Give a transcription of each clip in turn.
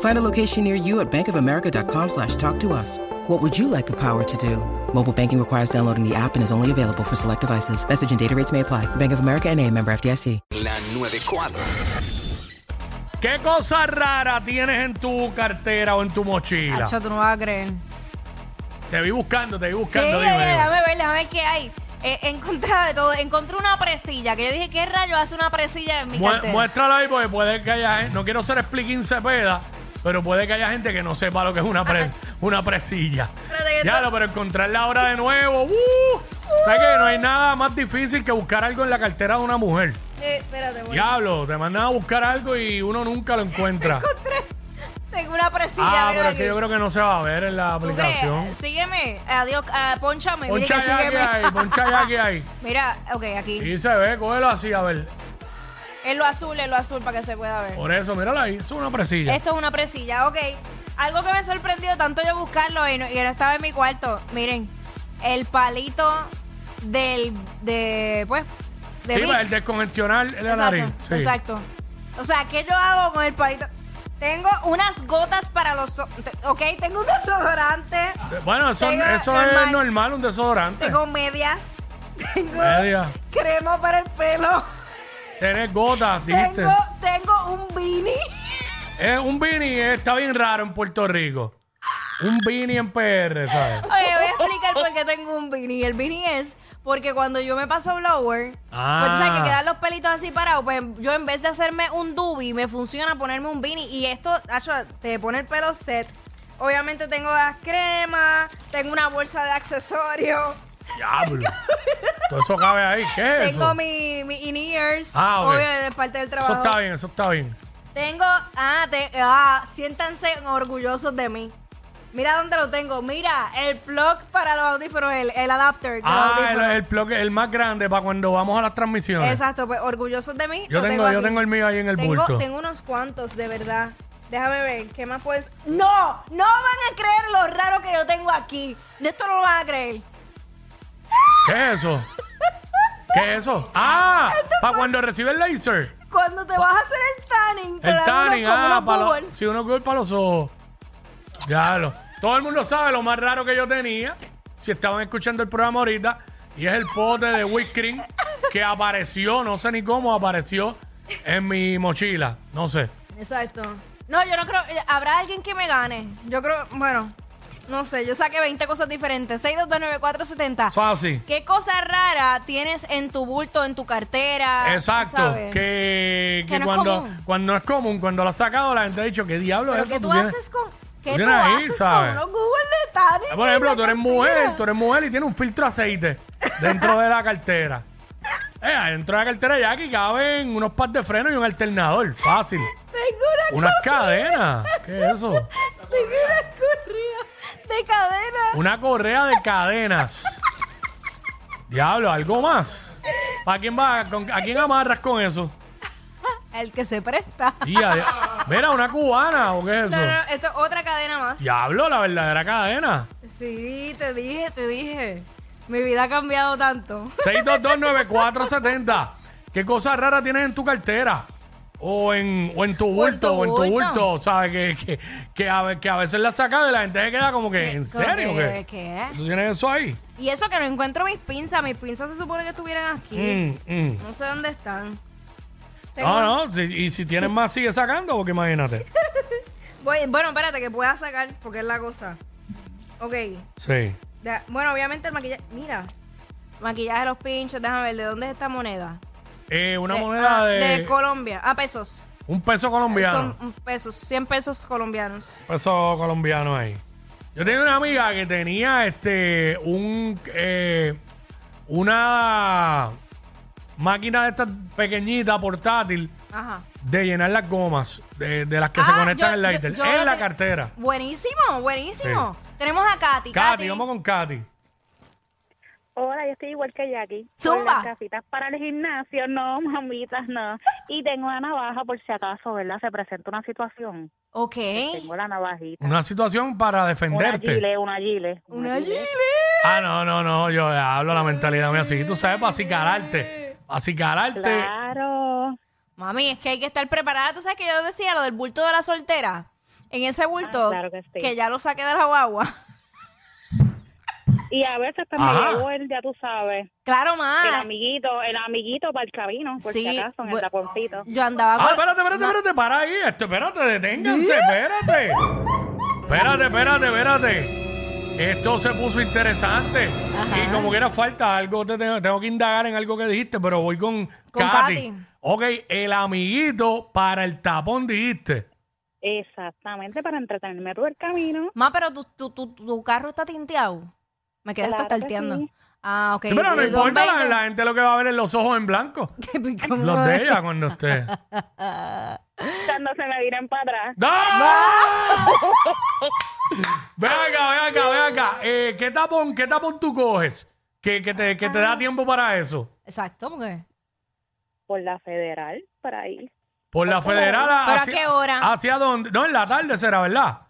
Find a location near you at bankofamerica.com slash talk to us. What would you like the power to do? Mobile banking requires downloading the app and is only available for select devices. Message and data rates may apply. Bank of America and a member FDIC. La 94. ¿Qué cosa rara tienes en tu cartera o en tu mochila? Hacho, tú no vas a creer. Te vi buscando, te vi Sí, eh, buscando, dime. dime. déjame ver, déjame ver qué hay. Eh, encontré de todo. Encontré una presilla, que yo dije, ¿qué rayo hace una presilla en mi Mu- cartera? muéstralo ahí porque puede que haya gente, no quiero ser expliquín cepeda, pero puede que haya gente que no sepa lo que es una, pre- una presilla. Espérate que Ya, to- lo, pero encontrarla ahora de nuevo. ¡uh! ¿Sabes que no hay nada más difícil que buscar algo en la cartera de una mujer? Eh, espérate, voy. Diablo, te mandan a buscar algo y uno nunca lo encuentra. Encontré. Tengo una presilla, ah, mira pero es aquí. que yo creo que no se va a ver en la ¿Tú aplicación. crees? Sígueme. Adiós, ah, ponchame. mira Poncha que ya que sígueme. hay, poncha ya que hay. Mira, ok, aquí. Y se ve, cógelo así, a ver. Es lo azul, es lo azul, para que se pueda ver. Por eso, mírala ahí, es una presilla. Esto es una presilla, ok. Algo que me sorprendió tanto yo buscarlo y no, y no estaba en mi cuarto. Miren, el palito del. de. pues. de sí, Vicks. para el descongestionar la Exacto, nariz. sí. exacto. O sea, ¿qué yo hago con el palito? Tengo unas gotas para los. o- te- Ok, tengo un desodorante. Bueno, eso, Tengo eso es normal. normal, un desodorante. Tengo medias. Tengo Media. crema para el pelo. Tienes gotas, dijiste. Tengo, tengo un beanie. Eh, un beanie eh, está bien raro en Puerto Rico. Un beanie en PR, ¿sabes? Oye, voy a explicar por qué tengo un beanie. El beanie es porque cuando yo me paso blower, Ah. pues tú sabes que quedan los pelitos así parados, pues yo en vez de hacerme un dubi, me funciona ponerme un beanie y esto, acho, te pone el pelo set. Obviamente tengo las cremas, tengo una bolsa de accesorios, Diablo. Todo eso cabe ahí. ¿Qué es tengo eso? mi, mi in-ears, Ah, ok. obvio, de parte del Eso trabajo. está bien, eso está bien. Tengo, ah, te- ah, siéntanse orgullosos de mí. Mira dónde lo tengo. Mira, el plug para los audífonos, el, el adapter de los Ah, el, audífonos. el plug- el más grande para cuando vamos a las transmisiones. Exacto, pues orgullosos de mí. Yo lo tengo, yo aquí. tengo el mío ahí en el Tengo- bulto. Tengo unos cuantos, de verdad. Déjame ver, ¿qué más puedes...? ¡No! ¡No van a creer lo raro que yo tengo aquí! De esto no lo van a creer. ¿Qué es eso? ¿Qué es eso? Ah, para cuando recibe el laser. Cuando te vas a hacer el tanning, te El dan tanning, unos, como ah, unos para los- bubbles. si uno coge para los ojos. Ya lo. Todo el mundo sabe lo más raro que yo tenía, si estaban escuchando el programa ahorita, y es el pote de whipped cream que apareció, no sé ni cómo apareció en mi mochila, no sé. Exacto. No, yo no creo... eh, ¿Habrá alguien que me gane? Yo creo... Bueno, no sé. Yo saqué 20 cosas diferentes. 6229470. Fácil. ¿Qué cosa rara tienes en tu bulto, en tu cartera? Exacto, Ah, ¿Sabes? que, que Que no es cuando, común. cuando no es común, cuando lo ha sacado la gente ha dicho, ¿qué diablo es ¿Pero eso? qué tú, tienes- haces con.? ¿Qué tú tienes ahí, haces ¿sabes? con los Google de Tani? Ah, Por ejemplo, tú eres mujer, tú eres mujer y tienes un filtro de aceite dentro de la cartera. Eh, dentro de la cartera ya que caben unos par de frenos y un alternador. Fácil. Tengo una Unas correa. cadenas. ¿Qué es eso? Tengo una correa de cadena. Una correa de cadenas. Diablo, algo más. ¿Para quién va? ¿Con- ¿A quién amarras con eso? El que se presta. Tía, di- Mira, una cubana o qué es No, no, eso. esto es otra cadena más. Diablo, la verdadera cadena. Sí, te dije, te dije. Mi vida ha cambiado tanto. 6229470. ¿Qué cosa rara tienes en tu cartera? O en, o en tu bulto, o en tu bulto, ¿sabes? Que, que, que, a, ve- que a veces la sacas y la gente se queda como que, ¿en Como serio? que, ¿Qué? ¿Qué? ¿Tú tienes eso ahí? Y eso que no encuentro mis pinzas. Mis pinzas se supone que estuvieran aquí. Mm, mm. No sé dónde están. Tengo- No, no, si- y si tienes más, sigue sacando, porque imagínate. Voy- bueno, espérate, que pueda sacar, porque es la cosa. Ok. Sí. Ya, bueno, obviamente el maquillaje. Mira. Maquillaje, los pinches, déjame ver, ¿de dónde es esta moneda? Eh, una De- moneda ah, de, Colombia. Ah, pesos. un peso colombiano. Son pesos, 100 pesos colombianos. peso colombiano ahí. Yo tenía una amiga que tenía este un eh, una máquina de estas pequeñita portátil Ajá. de llenar las gomas de, de las que se Ah, conectan yo- al lighter yo- yo en lo la te- cartera. Buenísimo, buenísimo. Tenemos a Katy. Katy, vamos con Katy. Hola, yo estoy igual que Jackie. Zumba. Con las gafitas para el gimnasio, no, mamitas, no. Y tengo una navaja por si acaso, ¿verdad? Se presenta una situación. Ok. Tengo la navajita. Una situación para Una defenderte. gile, una gile. Una Gile. Ah, no, no, no. Yo hablo la mentalidad mía así. Tú sabes, para acicalarte. Para acicalarte. Claro. Mami, es que hay que estar preparada. Tú sabes que yo decía lo del bulto de la soltera. En ese bulto, Ah, claro que sí. ya lo saqué de la guagua. Y a veces pues Ajá. me llevo el, ya tú sabes, Claro, el ma. amiguito, el amiguito para el camino, por Ah. Sí, si acaso, en bu- el taponcito. Yo andaba Ah, con. espérate, espérate, espérate, para ahí. Este, espérate, deténganse, espérate. Espérate, espérate, espérate. Esto se puso interesante. Y como quiera falta algo, te tengo, tengo que indagar en algo que dijiste, pero voy con, Con Katy. Katy. Ok, el amiguito para el tapón dijiste. Exactamente, para entretenerme por el camino. Ma, pero tu, tu, tu, tu carro está tinteado. Me quedé hasta Claro que tarteando. sí. Ah, ok. Sí, pero no Y dos importa, la, veinte- la gente lo que va a ver es los ojos en blanco. ¿Cómo Los va? de ella cuando usted. Cuando se me viran para atrás. ¡No! ven acá, ven acá, ven acá. Eh, ¿qué, tapón, ¿Qué tapón tú coges? Que, que, te, que te da tiempo para eso. Exacto, porque. Por la federal, para ahí. Por la federal. a- ¿Pero a hacia- qué hora? ¿Hacia dónde? No, en la tarde será, ¿verdad?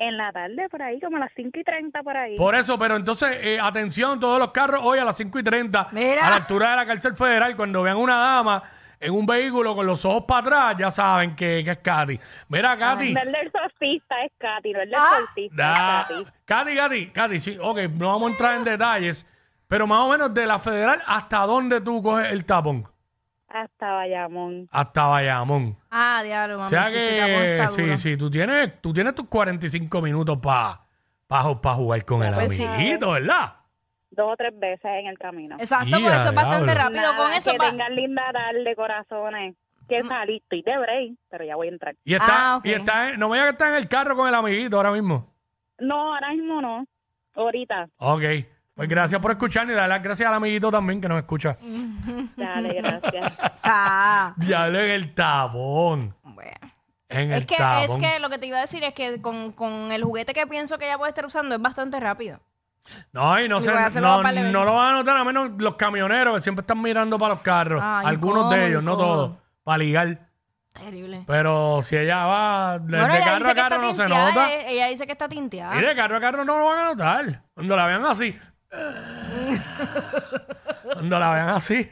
En la tarde, por ahí, como a las 5 y 30, por ahí. Por eso, pero entonces, eh, atención, todos los carros hoy a las 5 y 30, Mira. a la altura de la cárcel federal, cuando vean una dama en un vehículo con los ojos para atrás, ya saben que, que es Katy. Mira, Katy. No el del surfista, es Katy, no el del Ah. surfista, Da- es Katy. Katy, Katy, Katy, sí, ok, no vamos a entrar en detalles, pero más o menos de la federal hasta dónde tú coges el tapón. Hasta Bayamón. Hasta Bayamón. Ah, diablo, o mami. sea sí, sí, tapón que, está sí, duro. sí, tú tienes, tú tienes tus 45 minutos para jugar con el Pues sí. amiguito, ¿verdad? Dos o tres veces en el camino. Exacto, Ya, porque eso es bastante diablo. rápido. Nada, con eso que pa- tengan linda tarde, corazones. Que salí, estoy de break, pero ya voy a entrar. Y está, Ah, ok. y está, en- no me digas que está en el carro con el amiguito ahora mismo. No, ahora mismo no. Ahorita. Ok, pues gracias por escucharnos y darle las gracias al amiguito también que nos escucha. Mm. Dale, gracias. Ah, Diablo en el tapón, bueno. en Es el que, es tapón. que lo que te iba a decir es que con, con el juguete que pienso que ella puede estar usando es bastante rápido. No, y no, Y se, voy a hacerlo no, un par de veces. no lo van a notar a menos los camioneros que siempre están mirando para los carros. Ay, Algunos incómodo, de ellos, no incómodo. todos, para ligar. Terrible. Pero si ella va de, Bueno, de ella carro dice a que está carro no se tinteada, nota. Ella, ella dice que está tinteada. Y de carro a carro no lo van a notar. Cuando la vean así. cuando la vean así.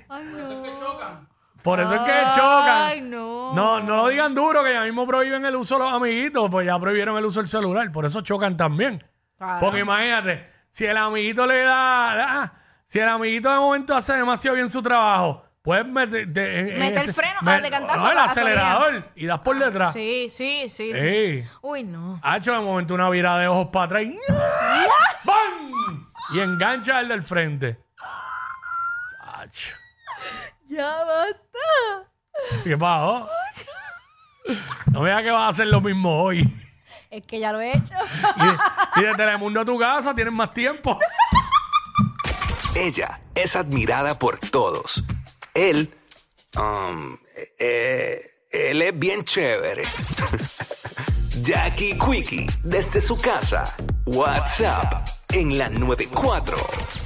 Por eso es que chocan. Ay, no. No, no lo digan duro, que ya mismo prohíben el uso los amiguitos, pues ya prohibieron el uso del celular, por eso chocan también. Claro. Porque imagínate, si el amiguito le da, ah, si el amiguito de momento hace demasiado bien su trabajo, puedes meter, de- en- en Mete el ese- freno, ah, de cantazo no, el a la gasolina. acelerador y das por detrás. Sí, sí, sí. sí. Ey, Uy, no. hacho de momento una virada de ojos para atrás y, ¡ah! ¡Bam! y engancha el del frente. Hacho. Ya basta. ¿Qué pasó? No veas que vas a hacer lo mismo hoy. Es que ya lo he hecho. Y, y de Telemundo a tu casa tienes más tiempo. Ella es admirada por todos. Él, um, eh, él es bien chévere. Jackie Quickie, desde su casa. WhatsApp, en la 94.